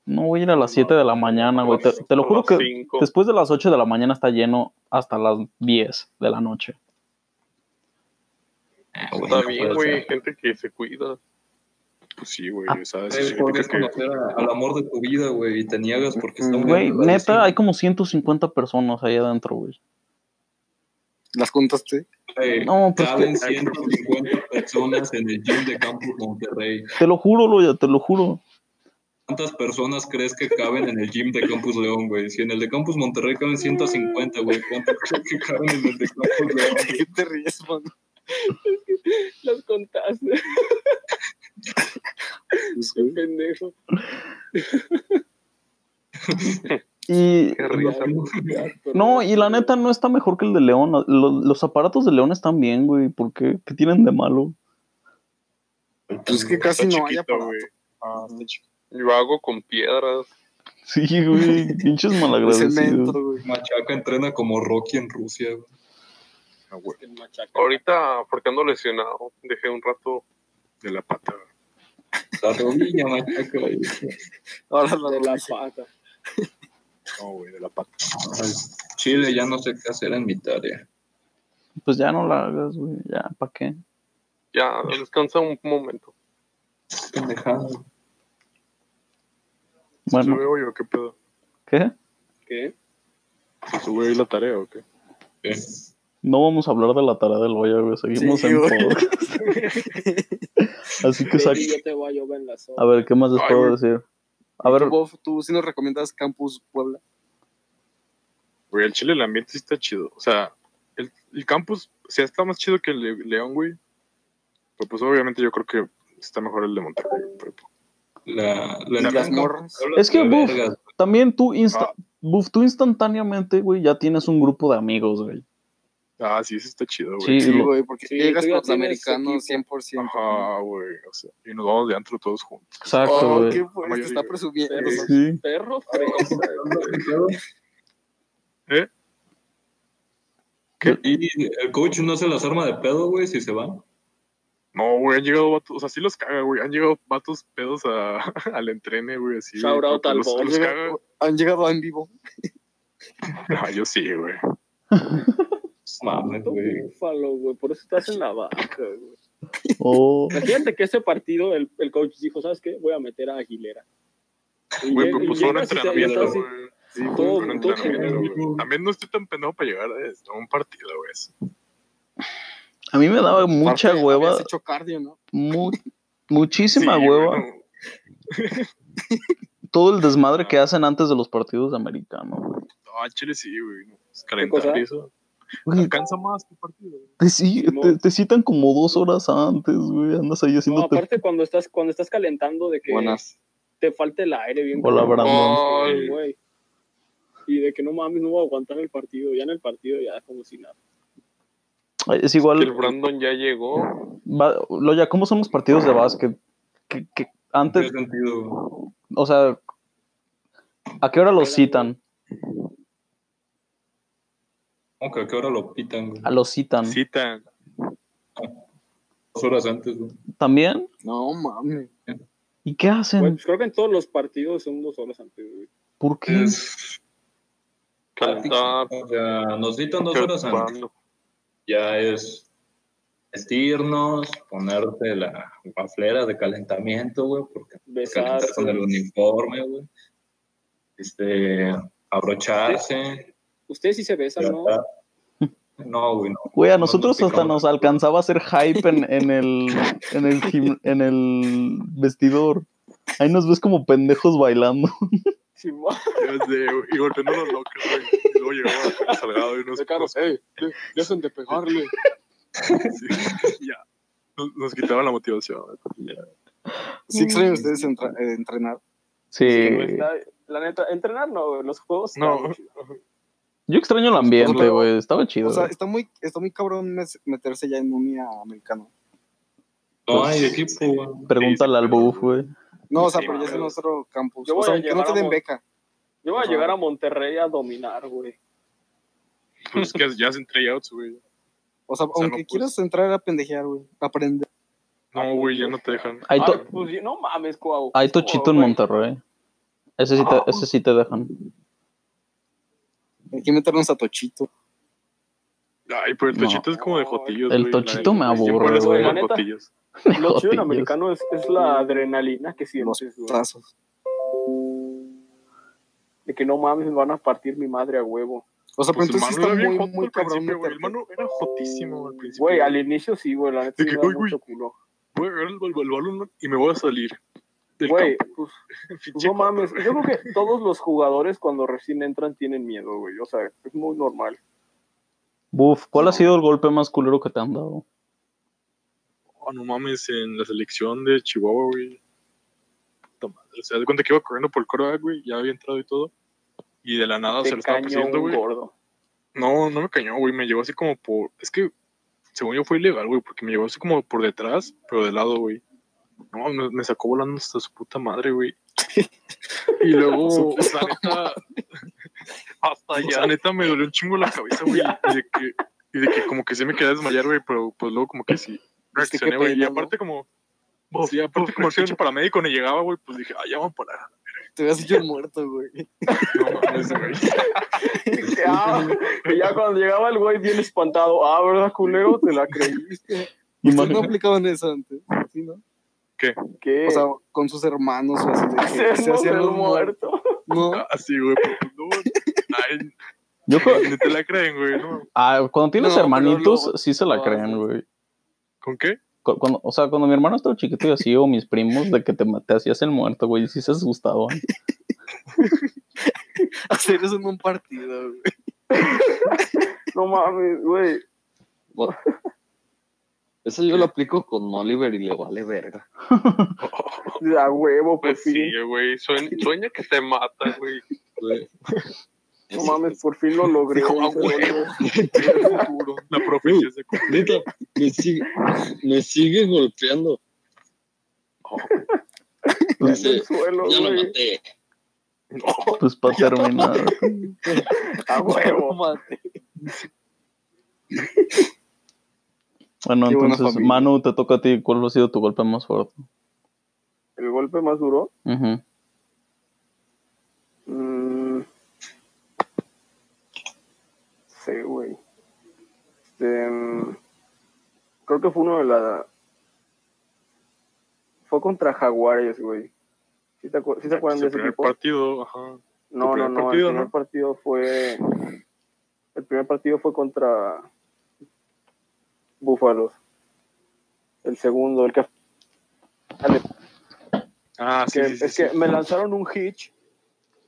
Speaker 3: No voy a ir a las 7 de la mañana, güey. Te, te lo juro que
Speaker 6: Cinco.
Speaker 3: después de las 8 de la mañana está lleno hasta las 10 de la noche.
Speaker 5: Ah,
Speaker 6: Pues Está
Speaker 5: no
Speaker 6: bien,
Speaker 5: puede
Speaker 6: güey.
Speaker 3: pues,
Speaker 5: ser.
Speaker 6: Gente que se cuida. Pues sí, güey,
Speaker 2: Ah,
Speaker 6: ¿sabes?
Speaker 5: Güey,
Speaker 6: Eso
Speaker 5: Podrías
Speaker 6: significa que-
Speaker 5: conocer a- al amor de tu vida, güey, y te niegas porque
Speaker 2: Mm.
Speaker 5: está un
Speaker 3: Güey,
Speaker 5: lugar así.
Speaker 3: neta, hay como 150 personas ahí adentro, güey.
Speaker 2: ¿Las contaste?
Speaker 5: Güey,
Speaker 3: No, pues
Speaker 5: Caben
Speaker 6: que-
Speaker 5: 150 personas en el gym de Campus Monterrey.
Speaker 3: Te lo juro, Loya, te lo juro.
Speaker 5: ¿Cuántas personas crees que caben en el gym de Campus León, güey? Si en el de Campus Monterrey caben 150, güey, ¿cuántas crees que caben en el de Campus León?
Speaker 2: ¿De qué te ríes, mano?
Speaker 4: Las contaste,
Speaker 2: Pues,
Speaker 4: qué
Speaker 2: güey.
Speaker 4: pendejo.
Speaker 3: Y.
Speaker 6: Qué risa, güey.
Speaker 3: No, y la neta no está mejor que el de León. Lo- Los, aparatos de León están bien, güey. ¿Por qué? ¿Qué tienen de malo?
Speaker 2: Pues es que casi
Speaker 6: Está
Speaker 2: no hay
Speaker 6: chiquito,
Speaker 2: aparato.
Speaker 6: güey.
Speaker 2: Ah, está chido.
Speaker 6: Yo hago con piedras.
Speaker 3: Sí, güey. Pinches malagradecidos.
Speaker 2: Cemento, güey.
Speaker 5: Machaca entrena como Rocky en Rusia, güey.
Speaker 4: El machaca.
Speaker 6: Ahorita, porque ando lesionado, dejé un rato de la pata.
Speaker 5: La rodilla, Machaca, güey.
Speaker 2: Ahora la
Speaker 4: de
Speaker 2: de
Speaker 4: la pata.
Speaker 6: No, güey, de la pata.
Speaker 5: Ay, Chile, ya no sé qué hacer en mi tarea.
Speaker 3: Pues ya no la hagas, güey. Ya, ¿para qué?
Speaker 6: Ya, descansa un momento.
Speaker 5: Pendejada.
Speaker 6: ¿Se
Speaker 3: Bueno,
Speaker 6: sube hoy o qué pedo?
Speaker 3: ¿qué?
Speaker 4: ¿Qué?
Speaker 6: ¿Se sube hoy la tarea o qué?
Speaker 5: Eh,
Speaker 3: No vamos a hablar de la tarea del Loya, güey. Seguimos
Speaker 2: Sí,
Speaker 3: en
Speaker 2: güey.
Speaker 3: todo. Así que, sac-
Speaker 4: Baby, yo te voy a llover en la sopa.
Speaker 3: a ver, ¿qué más les
Speaker 6: Ay,
Speaker 3: puedo
Speaker 6: güey. Este
Speaker 3: decir? A ver,
Speaker 2: Bob, tú sí nos recomiendas Campus Puebla.
Speaker 6: Güey, el Chile, el ambiente sí está chido. O sea, el, el campus, o sea, está más chido que el de León, güey. Pero pues obviamente yo creo que está mejor el de Monterrey. Pero, pues,
Speaker 5: La,
Speaker 2: Y
Speaker 5: la
Speaker 2: las morras.
Speaker 3: Es que,
Speaker 5: De
Speaker 3: buf.
Speaker 5: vergas.
Speaker 3: también tú, insta-
Speaker 6: Ah.
Speaker 3: Buf, tú instantáneamente, güey, ya tienes un grupo de amigos, güey.
Speaker 6: ah, sí, eso está chido, güey.
Speaker 3: Sí,
Speaker 2: Sí,
Speaker 3: lo-
Speaker 2: güey, porque
Speaker 4: Sí,
Speaker 2: llegas
Speaker 4: tú ya
Speaker 2: con los
Speaker 4: tienes
Speaker 2: americanos 100%.
Speaker 6: Ajá, güey. O sea, y nos vamos de antro todos juntos.
Speaker 3: exacto,
Speaker 2: Oh,
Speaker 3: güey.
Speaker 2: qué fuerte,
Speaker 6: Mayoría,
Speaker 2: está
Speaker 6: güey.
Speaker 2: presumiendo.
Speaker 4: Pero-
Speaker 3: Sí.
Speaker 4: Perro fresa.
Speaker 5: Y el coach no se las arma de pedo, güey, si se van.
Speaker 6: No, güey, han llegado vatos, o sea, sí los caga, güey. Han llegado vatos pedos a, al entrene, güey, así. güey,
Speaker 4: Shout out
Speaker 6: pero
Speaker 4: al
Speaker 6: los,
Speaker 4: Bob.
Speaker 6: los caga.
Speaker 2: Han llegado en vivo.
Speaker 6: No, yo sí, güey.
Speaker 5: Mames, güey.
Speaker 4: Búfalo, güey. Por eso estás en la vaca, güey.
Speaker 3: Oh,
Speaker 4: Imagínate que ese partido el, el coach dijo, ¿sabes qué? Voy a meter a Aguilera. Y
Speaker 6: Güey,
Speaker 4: llega-
Speaker 7: pues,
Speaker 6: me
Speaker 4: y
Speaker 6: puso un
Speaker 4: llegas y te- y
Speaker 6: entrenamiento,
Speaker 4: estás así,
Speaker 6: güey. Sí,
Speaker 4: todo-
Speaker 6: fue un
Speaker 4: todo
Speaker 6: entrenamiento,
Speaker 5: genial,
Speaker 6: güey.
Speaker 5: güey.
Speaker 6: También no estoy tan pendejo para llegar
Speaker 7: eh,
Speaker 6: a, a un partido, güey. eso.
Speaker 3: a mí me daba mucha
Speaker 2: Aparte,
Speaker 3: hueva,
Speaker 2: habías hecho cardio, ¿no?
Speaker 3: mu- muchísima
Speaker 6: Sí,
Speaker 3: hueva.
Speaker 6: güey, no.
Speaker 3: todo el desmadre que hacen antes de los partidos americanos, güey.
Speaker 6: No, al chile sí, güey. no.
Speaker 7: pues,
Speaker 6: Es calentar
Speaker 4: cosa?
Speaker 6: y eso.
Speaker 3: Güey,
Speaker 6: Cansa más que el partido, güey.
Speaker 3: te, ci-
Speaker 4: Simón.
Speaker 3: te- te citan como dos horas antes, güey. Andas ahí
Speaker 4: No,
Speaker 3: haciéndote.
Speaker 4: aparte cuando estás, cuando estás calentando de que te falta el aire bien.
Speaker 3: Hola,
Speaker 4: cabrón,
Speaker 6: Brandon.
Speaker 4: güey, güey. Y de que no mames, no voy a aguantar el partido. Ya en el partido, ya como si nada.
Speaker 3: Es
Speaker 6: Que el
Speaker 3: igual,
Speaker 6: Brandon ya llegó.
Speaker 3: va- Loya, ¿cómo son los partidos de básquet? Que, que
Speaker 5: Tiene
Speaker 3: antes,
Speaker 5: sentido.
Speaker 3: o sea, ¿a qué hora los citan?
Speaker 5: Como que a qué hora lo pitan, güey.
Speaker 3: A los citan.
Speaker 7: Citan.
Speaker 5: Dos horas antes, güey.
Speaker 3: ¿También?
Speaker 2: No mames.
Speaker 3: ¿Y qué
Speaker 4: Güey,
Speaker 3: hacen?
Speaker 4: pues creo que en todos los partidos son dos horas antes, güey.
Speaker 3: ¿Por qué?
Speaker 5: Es
Speaker 6: Cantar,
Speaker 5: O sea, nos citan dos horas antes.
Speaker 6: chupando.
Speaker 5: Ya es vestirnos, ponerte la waflera de calentamiento, güey, porque calentar
Speaker 4: Besarse.
Speaker 5: con el uniforme, güey. Este, abrocharse.
Speaker 4: Ustedes sí se besan, ¿no?
Speaker 5: tratar- No, güey, no.
Speaker 3: Güey, a
Speaker 5: No, no
Speaker 3: nosotros
Speaker 5: picamos.
Speaker 3: hasta nos alcanzaba a hacer hype en, en el, en, el gim- en el vestidor. Ahí nos ves como pendejos bailando.
Speaker 4: Sí, ma.
Speaker 7: Ya sé, güey, y volviéndonos locos, güey. Y Luego llegaba Salgado y nos,
Speaker 2: De caros, eh, de- dejen de pegarle.
Speaker 7: sí, ya. Nos, nos quitaban la motivación. güey. Ya.
Speaker 2: Sí extrañan ustedes entra- eh, entrenar.
Speaker 3: Sí.
Speaker 4: Sí, güey, está- la neta, entrenar no, güey, los juegos.
Speaker 6: No.
Speaker 4: están chidos.
Speaker 3: Yo extraño el ambiente, güey. Estaba chido.
Speaker 2: O sea,
Speaker 3: güey.
Speaker 2: está muy, está muy cabrón mes- meterse ya en unia americana.
Speaker 5: No hay equipo, güey.
Speaker 3: Pregúntale al buff, güey.
Speaker 2: No, o sea,
Speaker 6: Sí,
Speaker 2: pero ya es en
Speaker 4: mames.
Speaker 2: nuestro campus. O
Speaker 4: Yo voy
Speaker 2: sea,
Speaker 4: a
Speaker 2: aunque no te
Speaker 4: llegar a
Speaker 2: den
Speaker 4: Mon-
Speaker 2: beca.
Speaker 4: Yo voy a
Speaker 2: Ajá.
Speaker 4: llegar a Monterrey a dominar, güey.
Speaker 7: Pues es que ya hacen tryouts, güey.
Speaker 2: O sea,
Speaker 7: O sea, no
Speaker 2: aunque
Speaker 7: puedes.
Speaker 2: quieras entrar a pendejear, güey. Aprender.
Speaker 7: No, güey, ya no te dejan.
Speaker 3: Hay,
Speaker 4: Ay,
Speaker 3: to-
Speaker 4: pues, yo- no mames, Cuau.
Speaker 3: hay tochito en
Speaker 4: Güey,
Speaker 3: Monterrey. Ese sí, te, ese sí te dejan.
Speaker 2: Hay que meternos a Tochito.
Speaker 7: Ay, pero el
Speaker 3: No.
Speaker 7: tochito es como de jotillos.
Speaker 3: El
Speaker 7: güey, la
Speaker 3: tochito me
Speaker 7: neta. Sí,
Speaker 3: aburre,
Speaker 7: por eso
Speaker 4: güey.
Speaker 7: eran
Speaker 4: La neta.
Speaker 7: jotillos.
Speaker 4: Lo chido
Speaker 3: Jotillos.
Speaker 4: en americano es, es la adrenalina que
Speaker 2: Los
Speaker 4: sientes, güey.
Speaker 2: trazos.
Speaker 4: De que no mames, me van a partir mi madre a huevo.
Speaker 2: O sea, pero
Speaker 7: Pues el
Speaker 2: entonces sí
Speaker 7: mano
Speaker 2: está
Speaker 7: era bien
Speaker 2: muy,
Speaker 7: joto
Speaker 2: muy
Speaker 7: al
Speaker 2: cabrón
Speaker 7: principio, güey. El
Speaker 2: meterte.
Speaker 7: mano era jotísimo al principio.
Speaker 4: Güey, al inicio sí, güey, la neta
Speaker 7: De
Speaker 4: sí
Speaker 7: que,
Speaker 4: me da
Speaker 7: uy, güey.
Speaker 4: mucho culo.
Speaker 7: Voy a agarrar el, bal- el balón y me voy a salir. Del
Speaker 4: Güey,
Speaker 7: campo,
Speaker 4: pues,
Speaker 7: pinche
Speaker 4: no
Speaker 7: joto,
Speaker 4: mames.
Speaker 7: güey.
Speaker 4: Yo creo que todos los jugadores cuando recién entran tienen miedo, güey. O sea, es muy normal.
Speaker 3: Buff, ¿cuál ha sido el golpe más culero que te han dado?
Speaker 7: Oh, no mames, en la selección de Chihuahua, güey. Puta madre, O sea, de cuenta que iba corriendo por el coreback, güey. Ya había entrado y todo. Y de la nada se
Speaker 4: Te
Speaker 7: lo estaba
Speaker 4: cañó
Speaker 7: persiguiendo,
Speaker 4: un
Speaker 7: güey.
Speaker 4: gordo.
Speaker 7: No, no me cañó, güey. Me llegó así como por. Es que, según yo, fue ilegal, güey. Porque me llegó así como por detrás, pero de lado, güey. No, me, me sacó volando hasta su puta madre, güey. Y luego, o sea, neta,
Speaker 6: Hasta
Speaker 7: o sea,
Speaker 6: allá.
Speaker 7: neta, me dolió un chingo la cabeza, güey. Y de que, y de que como que se me quería desmayar, güey. Pero pues luego, como que sí.
Speaker 2: Viste qué
Speaker 7: Reaccioné, güey. Y
Speaker 2: pena,
Speaker 7: aparte, como. Sí, aparte, como el pinche paramédico no llegaba, güey, pues dije, ah, ya vamos para.
Speaker 2: Te hubieras hecho el muerto, güey.
Speaker 7: No mames, güey.
Speaker 4: Que, ah, y ya cuando llegaba el güey bien espantado. Ah, ¿verdad, culero? Te la creíste.
Speaker 2: Ustedes
Speaker 3: Imagínate.
Speaker 2: no aplicaban eso antes, ¿sí, no?
Speaker 4: ¿Qué?
Speaker 2: O sea, con sus hermanos o así. De que se
Speaker 4: Hacernos
Speaker 2: hacían
Speaker 4: el
Speaker 2: los muertos.
Speaker 4: muerto.
Speaker 2: No,
Speaker 7: Así, güey, pero pues, no. Ay,
Speaker 3: Yo creo-
Speaker 7: ni te la creen, güey, ¿no?
Speaker 3: ah, cuando tienes
Speaker 2: No, pero
Speaker 3: hermanitos,
Speaker 2: luego-
Speaker 3: sí se la
Speaker 2: no,
Speaker 3: creen,
Speaker 2: sí.
Speaker 3: güey.
Speaker 7: ¿Con qué?
Speaker 3: Cu- Cuando, o sea, cuando mi hermano estaba chiquito y así, o mis primos, de que te, te hacías el muerto, güey, sí se asustaban.
Speaker 2: hacer eso en un partido, güey.
Speaker 4: No mames, güey.
Speaker 8: Eso yo lo aplico con Oliver y le vale verga.
Speaker 4: De a huevo, por
Speaker 6: Pues
Speaker 4: fin.
Speaker 6: sí, güey. Sueña, sueña que te mata, güey.
Speaker 4: No mames, por fin lo logré.
Speaker 7: Dijo, "Ah,
Speaker 4: güey".
Speaker 7: huevo". El futuro, La profecía se cumplió.
Speaker 8: Neta, me sigue, me sigue golpeando.
Speaker 4: En
Speaker 8: Dice,
Speaker 4: el suelo,
Speaker 8: ya lo
Speaker 4: güey.
Speaker 8: maté.
Speaker 3: Pues para terminar.
Speaker 4: A huevo.
Speaker 3: Bueno,
Speaker 2: Qué buena
Speaker 3: entonces,
Speaker 2: familia.
Speaker 3: Manu, te toca a ti. ¿Cuál ha sido tu golpe más fuerte?
Speaker 4: El golpe más duro.
Speaker 3: Ujú.
Speaker 4: Mm. Sí, güey. Este, mm, creo que fue uno de la. Fue contra Jaguares, güey. ¿Sí te, acu- sí te acuerdan
Speaker 7: Pues
Speaker 4: de
Speaker 7: el
Speaker 4: ese
Speaker 7: primer
Speaker 4: equipo?
Speaker 7: partido, ajá.
Speaker 4: No, no,
Speaker 7: primer
Speaker 4: no.
Speaker 7: partido,
Speaker 4: el primer
Speaker 7: ¿no?
Speaker 4: partido fue. El primer partido fue contra. Búfalos. El segundo, el que.
Speaker 7: Ah, sí,
Speaker 4: que-
Speaker 7: sí, sí,
Speaker 4: es
Speaker 7: sí.
Speaker 4: que me lanzaron un hitch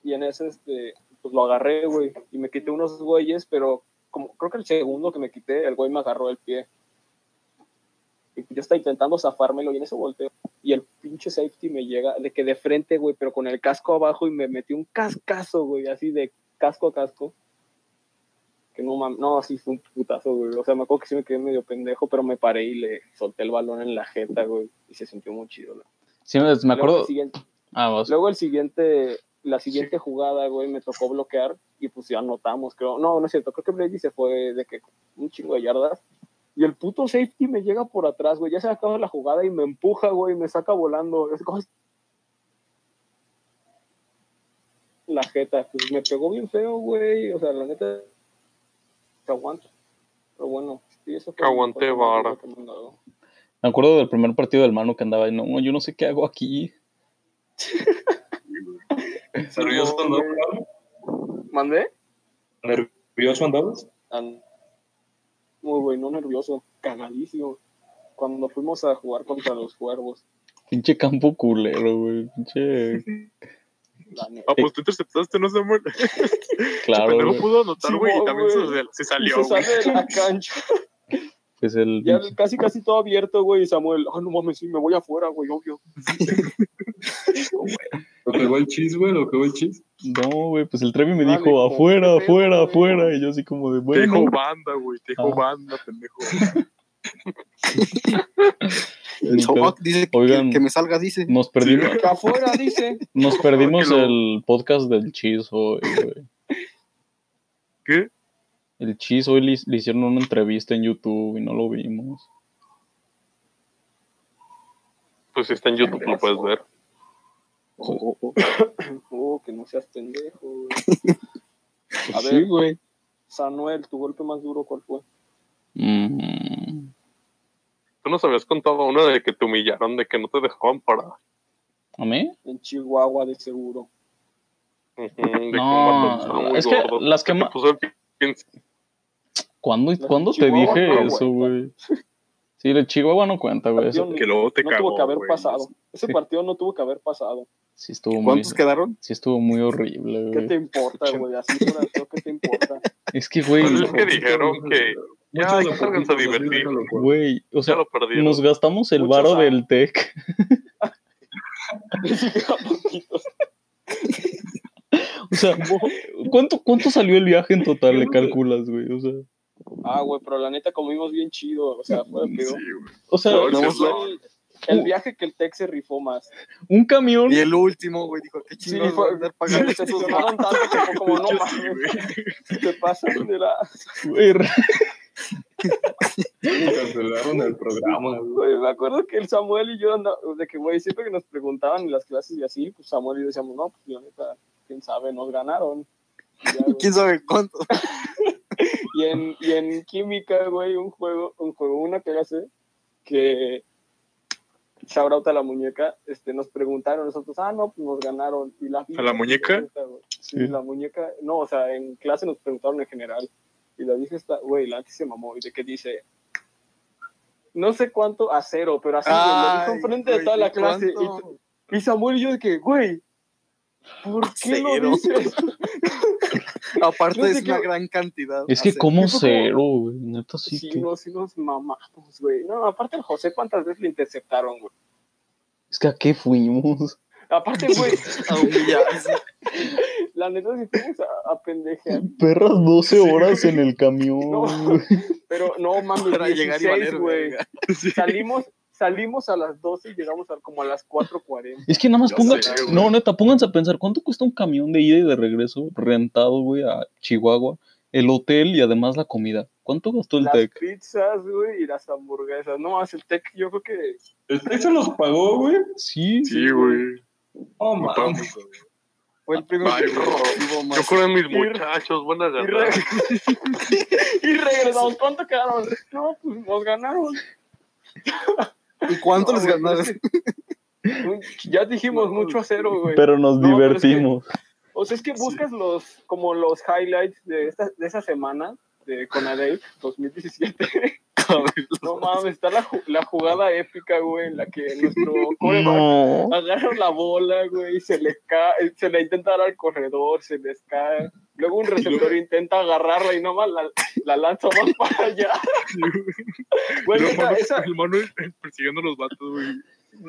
Speaker 4: y en ese este, pues lo agarré, güey, y me quité unos güeyes, pero como creo que el segundo que me quité, el güey me agarró el pie. Y yo estaba intentando zafármelo y en eso volteo. Y el pinche safety me llega de que de frente, güey, pero con el casco abajo y me metí un cascazo, güey, así de casco a casco. Que no mames, no, sí fue un putazo, güey. O sea, me acuerdo que sí me quedé medio pendejo, pero me paré y le solté el balón en la jeta, güey. Y se sintió muy chido, ¿no?
Speaker 3: Sí, me, me
Speaker 4: Luego el
Speaker 3: acuerdo.
Speaker 4: siguiente-
Speaker 3: Ah, vas.
Speaker 4: Luego el siguiente, la siguiente jugada, güey, me tocó bloquear y pues ya anotamos, creo. No, no es cierto, creo que Brady se fue de que un chingo de yardas. Y el puto safety me llega por atrás, güey. Ya se acaba la jugada y me empuja, güey, y me saca volando. Yo así como, "Ay". La jeta, pues me pegó bien feo, güey. O sea, la neta, te aguanto. Pero bueno, sí, eso
Speaker 6: Que aguante
Speaker 4: fue lo
Speaker 6: vara.
Speaker 4: que me mandó.
Speaker 3: Me acuerdo del primer partido del Manu que andaba ahí. No, yo no sé qué hago aquí.
Speaker 5: ¿Nervioso
Speaker 4: No,
Speaker 5: andabas?
Speaker 4: güey. ¿Mandé?
Speaker 5: Juan? ¿Nervioso andabas?
Speaker 4: An- Muy güey, no nervioso, cagadísimo. Cuando fuimos a jugar contra los cuervos,
Speaker 3: Pinche campo culero, güey. Pinche.
Speaker 4: la neta.
Speaker 7: Ah, pues tú interceptaste, no se muere.
Speaker 3: Claro,
Speaker 7: Pendejo
Speaker 3: güey.
Speaker 7: pudo anotar,
Speaker 4: Sí,
Speaker 7: güey, y
Speaker 4: no,
Speaker 7: también
Speaker 4: güey.
Speaker 7: se, se
Speaker 4: Y
Speaker 7: salió,
Speaker 4: se
Speaker 7: güey.
Speaker 4: sale de la cancha,
Speaker 3: Pues el.
Speaker 4: ya casi casi todo abierto, güey, y Samuel, ah, no mames, sí, me voy afuera, güey, obvio.
Speaker 5: ¿Lo pegó el chis, güey? ¿Lo pegó el chis?
Speaker 3: No, güey, pues el Trevi me
Speaker 4: Dale,
Speaker 3: dijo
Speaker 4: hijo,
Speaker 3: afuera,
Speaker 4: qué pedo,
Speaker 3: afuera,
Speaker 4: güey".
Speaker 3: afuera. Y yo así como de
Speaker 7: Te
Speaker 3: bueno.
Speaker 7: dijo banda, güey, te dijo
Speaker 3: Ah.
Speaker 7: banda, pendejo.
Speaker 3: El
Speaker 2: So-
Speaker 3: pedo-
Speaker 2: ah, dice que,
Speaker 3: Oigan.
Speaker 2: que me salga, dice.
Speaker 3: Nos perdimos,
Speaker 4: Que afuera, dice.
Speaker 3: nos perdimos
Speaker 7: que lo-
Speaker 3: el podcast del Cheese hoy, güey.
Speaker 7: ¿Qué?
Speaker 3: El Cheese hoy le, le hicieron una entrevista en YouTube y no lo vimos.
Speaker 6: Pues si está en YouTube lo puedes ver.
Speaker 4: Oh, que no seas pendejo, güey. A
Speaker 8: Pues
Speaker 4: ver.
Speaker 8: sí, güey.
Speaker 4: Samuel, tu golpe más duro, ¿cuál fue?
Speaker 3: Mm,
Speaker 6: Tú nos habías contado una de que te humillaron, de que no te dejaban parar.
Speaker 3: ¿A mí?
Speaker 4: En Chihuahua, de seguro.
Speaker 6: Ujú, de que un
Speaker 3: No,
Speaker 6: vato muy
Speaker 3: es que
Speaker 6: gordo
Speaker 3: las que
Speaker 6: te
Speaker 3: más...
Speaker 6: puso el pin-
Speaker 3: ¿Cuándo,
Speaker 4: de
Speaker 3: cuándo te
Speaker 4: Chihuahua
Speaker 3: dije
Speaker 4: no
Speaker 3: eso,
Speaker 4: cuenta.
Speaker 3: güey? Sí, de Chihuahua no cuenta, güey. Eso
Speaker 7: Que luego te
Speaker 4: no
Speaker 7: cagó,
Speaker 4: tuvo que haber
Speaker 7: güey.
Speaker 4: pasado. Ese partido no tuvo que haber pasado.
Speaker 3: sí estuvo muy...
Speaker 2: ¿Cuántos quedaron?
Speaker 3: Sí estuvo muy horrible,
Speaker 4: ¿Qué te
Speaker 3: güey.
Speaker 4: importa, güey? Así fuera, de todo, ¿qué te importa?
Speaker 3: Es que, güey,
Speaker 6: Pues es que dijeron que ya,
Speaker 5: Muchos
Speaker 6: que salgan a
Speaker 5: apoyitos, así
Speaker 6: divertir.
Speaker 5: déjalo, güey.
Speaker 3: güey, o
Speaker 6: Ya
Speaker 3: sea,
Speaker 6: lo perdieron.
Speaker 3: nos gastamos el
Speaker 4: Muchos
Speaker 3: varo
Speaker 4: saben.
Speaker 3: del TEC. O sea, ¿cuánto, ¿cuánto salió el viaje en total? Le calculas, güey. O sea,
Speaker 4: Ah, güey, pero la neta comimos bien chido, o sea, fue
Speaker 7: Sí,
Speaker 4: pedo.
Speaker 7: güey.
Speaker 3: o sea
Speaker 7: No,
Speaker 4: Fue
Speaker 7: sí, no.
Speaker 4: el, el viaje que el Tex se rifó más.
Speaker 3: un camión,
Speaker 2: Y el último, güey, dijo, qué
Speaker 4: Sí,
Speaker 2: chido
Speaker 4: fue-
Speaker 2: andar
Speaker 4: se
Speaker 2: pagando estos
Speaker 4: decepcionaron tanto que fue como, no
Speaker 7: Yo sí,
Speaker 4: mames,
Speaker 7: güey.
Speaker 4: te pasan de la...
Speaker 3: güey,
Speaker 5: Cancelaron el programa, güey.
Speaker 4: Güey, me acuerdo que el Samuel y yo, anda- de que, güey, siempre que nos preguntaban en las clases y así, pues Samuel y yo decíamos, no, pues la neta, quién sabe, nos ganaron. Y ya, güey.
Speaker 2: ¿Quién sabe cuánto?
Speaker 4: Y en, y en química, güey, un juego, un juego, una clase que shout out a la muñeca, este, nos preguntaron nosotros, ah, no, pues nos ganaron. Y la
Speaker 7: ¿A la muñeca?
Speaker 4: Sí,
Speaker 3: Sí.
Speaker 4: la muñeca, no, o sea, en clase nos preguntaron en general. Y la dije, está, güey, la que se mamó, y de que dice, no sé cuánto a cero, pero así, güey, lo dijo
Speaker 2: Ay,
Speaker 4: enfrente de
Speaker 2: güey,
Speaker 4: toda la
Speaker 2: ¿de
Speaker 4: clase. Y,
Speaker 2: cuánto?
Speaker 4: y Samuel y yo de que, güey, ¿por qué
Speaker 2: Cero.
Speaker 4: lo dices?
Speaker 2: Aparte
Speaker 4: No sé
Speaker 2: es una
Speaker 4: qué-
Speaker 2: gran cantidad.
Speaker 3: Es que
Speaker 2: Hace-
Speaker 3: como
Speaker 4: fue como-
Speaker 3: cero, güey. Neta, sí,
Speaker 4: Sí,
Speaker 3: que-
Speaker 4: no, sí nos mamamos, güey. No, aparte el José, ¿cuántas veces le interceptaron, güey?
Speaker 3: Es que a qué fuimos.
Speaker 4: Aparte, güey,
Speaker 2: A humillarse.
Speaker 4: la neta sí fuimos a, a pendejear.
Speaker 3: Perras 12 horas en el camión,
Speaker 4: No.
Speaker 3: güey.
Speaker 4: Pero no mames,
Speaker 2: Para llegar y
Speaker 4: 16,
Speaker 2: valer,
Speaker 4: güey.
Speaker 7: Sí.
Speaker 4: Salimos, salimos a las 12 y llegamos a, como a las 4.40.
Speaker 3: Es que nada más
Speaker 7: Ya
Speaker 3: pongan.
Speaker 7: sé, güey.
Speaker 3: No, neta, pónganse a pensar cuánto cuesta un camión de ida y de regreso rentado, güey, a Chihuahua, el hotel y además la comida. ¿Cuánto gastó el
Speaker 4: Las
Speaker 3: TEC?
Speaker 4: pizzas, güey, y las hamburguesas. No, más el tech, yo creo que
Speaker 5: ¿El Tex se los pagó, güey?
Speaker 3: Sí,
Speaker 7: Sí, güey.
Speaker 5: No,
Speaker 7: No
Speaker 5: mames.
Speaker 7: mames, güey.
Speaker 2: Fue el primero
Speaker 7: Ay,
Speaker 2: que
Speaker 7: bro.
Speaker 2: tuvo
Speaker 6: Yo
Speaker 2: más.
Speaker 6: creo en mis muchachos, van a
Speaker 4: Y,
Speaker 6: ganar.
Speaker 4: re- y regresamos. ¿Cuánto quedaron? No, pues nos ganaron.
Speaker 2: ¿Y cuánto
Speaker 4: No,
Speaker 2: les
Speaker 4: güey,
Speaker 2: ganaron?
Speaker 4: Un- Ya dijimos mucho a cero, güey.
Speaker 3: pero nos
Speaker 4: No, pero es que-
Speaker 3: divertimos.
Speaker 4: O sea, es que buscas los, como los highlights de esta, de esa semana de Conadey 2017. no mames, está la, ju- la jugada épica, güey, en la que nuestro coreback
Speaker 3: No.
Speaker 4: agarra la bola, güey, y se le cae, se la intenta dar al corredor, se les cae. Luego un receptor intenta agarrarla y nomás la, la lanza más para allá. Güey,
Speaker 7: Pero,
Speaker 4: neta,
Speaker 7: mano,
Speaker 4: esa-
Speaker 7: El mano persiguiendo a los vatos, güey.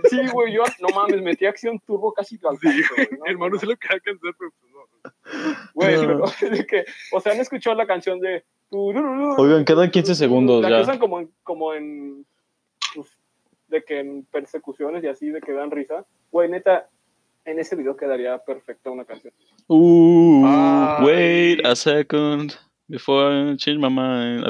Speaker 4: sí, güey, yo, no mames, metí acción turbo casi al
Speaker 7: Sí, güey. El mano se lo quería alcanzar, pero pues no.
Speaker 4: Güey,
Speaker 9: No.
Speaker 4: pero de que, o sea, han escuchado la canción de.
Speaker 3: Oigan, quedan 15 segundos
Speaker 4: La que
Speaker 3: ya.
Speaker 4: usan como en. Como en pues, de que en persecuciones y así, de que dan risa. Güey, neta, en ese video quedaría perfecta una canción.
Speaker 3: Uh,
Speaker 10: Ay.
Speaker 3: wait a second before I change my mind.